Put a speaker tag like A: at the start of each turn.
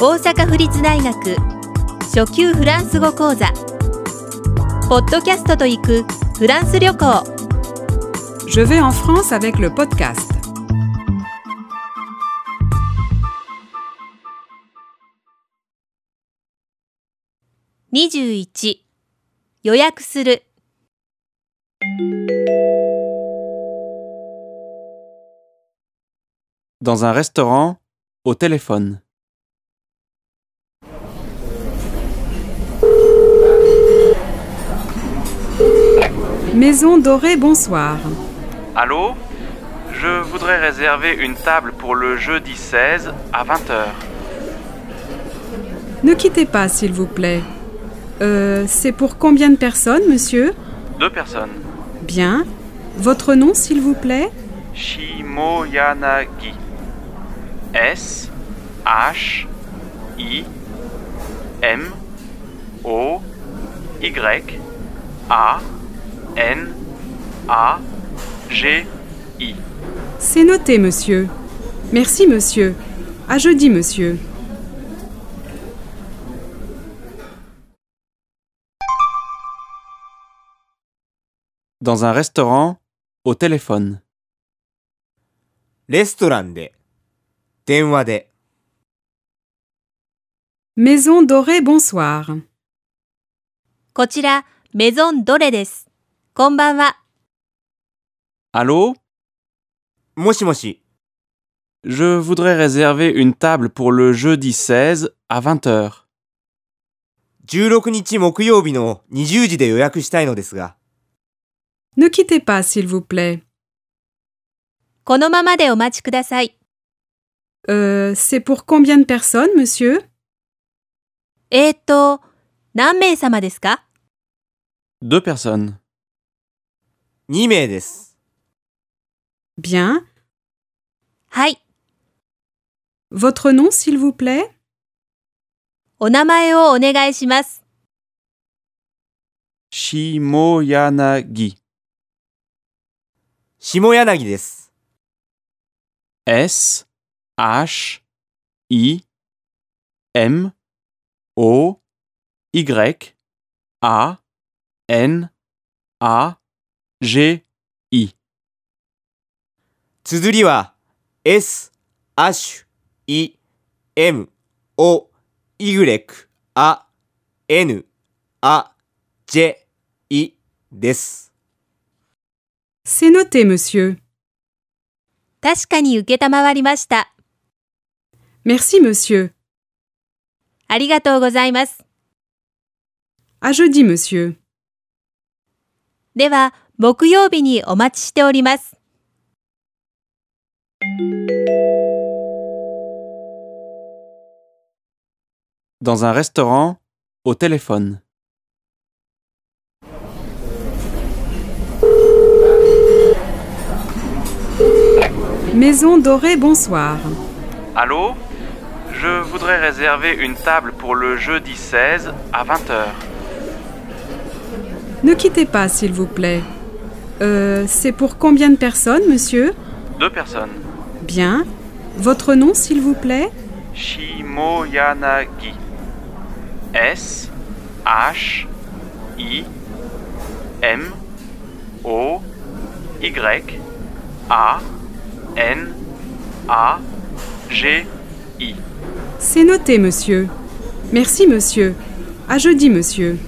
A: 大阪府立大学初級フランス語講座ポッドキャストと行くフランス旅行
B: Je vais en France avec le podcast.
A: 21予約する
C: Dans un restaurant, au téléphone.
B: Maison dorée, bonsoir.
C: Allô Je voudrais réserver une table pour le jeudi 16 à 20h.
B: Ne quittez pas, s'il vous plaît. Euh, c'est pour combien de personnes, monsieur
C: Deux personnes.
B: Bien. Votre nom, s'il vous plaît
C: Shimoyanagi. S H I M O Y A N A G I.
B: C'est noté, monsieur. Merci, monsieur. À jeudi, monsieur.
C: Dans un restaurant, au téléphone.
D: レストランで、電話で、
B: Maison dorée, bonsoir.
A: こちらメゾンドレですこんばんは
C: Allô
D: もしもし、
C: Je voudrais réserver une table pour le jeudi 16 à 20h.
D: 16日木曜日の20時で予約したいのですが、
B: Ne quittez pas, s'il vous plaît.
A: このままでお待ちください
B: Euh, c'est pour combien de personnes, monsieur
A: えー、っと何名様ですか
C: Deux personnes.
D: 2名です。
B: Bien.
A: はい、
B: Votre nom, s'il vous plaît
A: お名前をお願いします
C: Shimoyanagi.
D: 下柳です。
C: S H I M O Y A N A G I.
D: 綴りは、S、アッシュ、イ、M、O、Y、A、N、A、J、I です。
B: C'est noté, monsieur.
A: 確かに承りました
B: Merci, monsieur.
A: ありがとうございます
B: À jeudi, monsieur.
A: では木曜日にお待ちしております
C: Dans un restaurant, au téléphone.
B: Maison dorée, bonsoir.
C: Allô Je voudrais réserver une table pour le jeudi 16 à 20h.
B: Ne quittez pas, s'il vous plaît. Euh, c'est pour combien de personnes, monsieur
C: Deux personnes.
B: Bien. Votre nom, s'il vous plaît
C: Shimoyanagi. S H I M O Y A N A G I.
B: C'est noté, monsieur. Merci, monsieur. À jeudi, monsieur.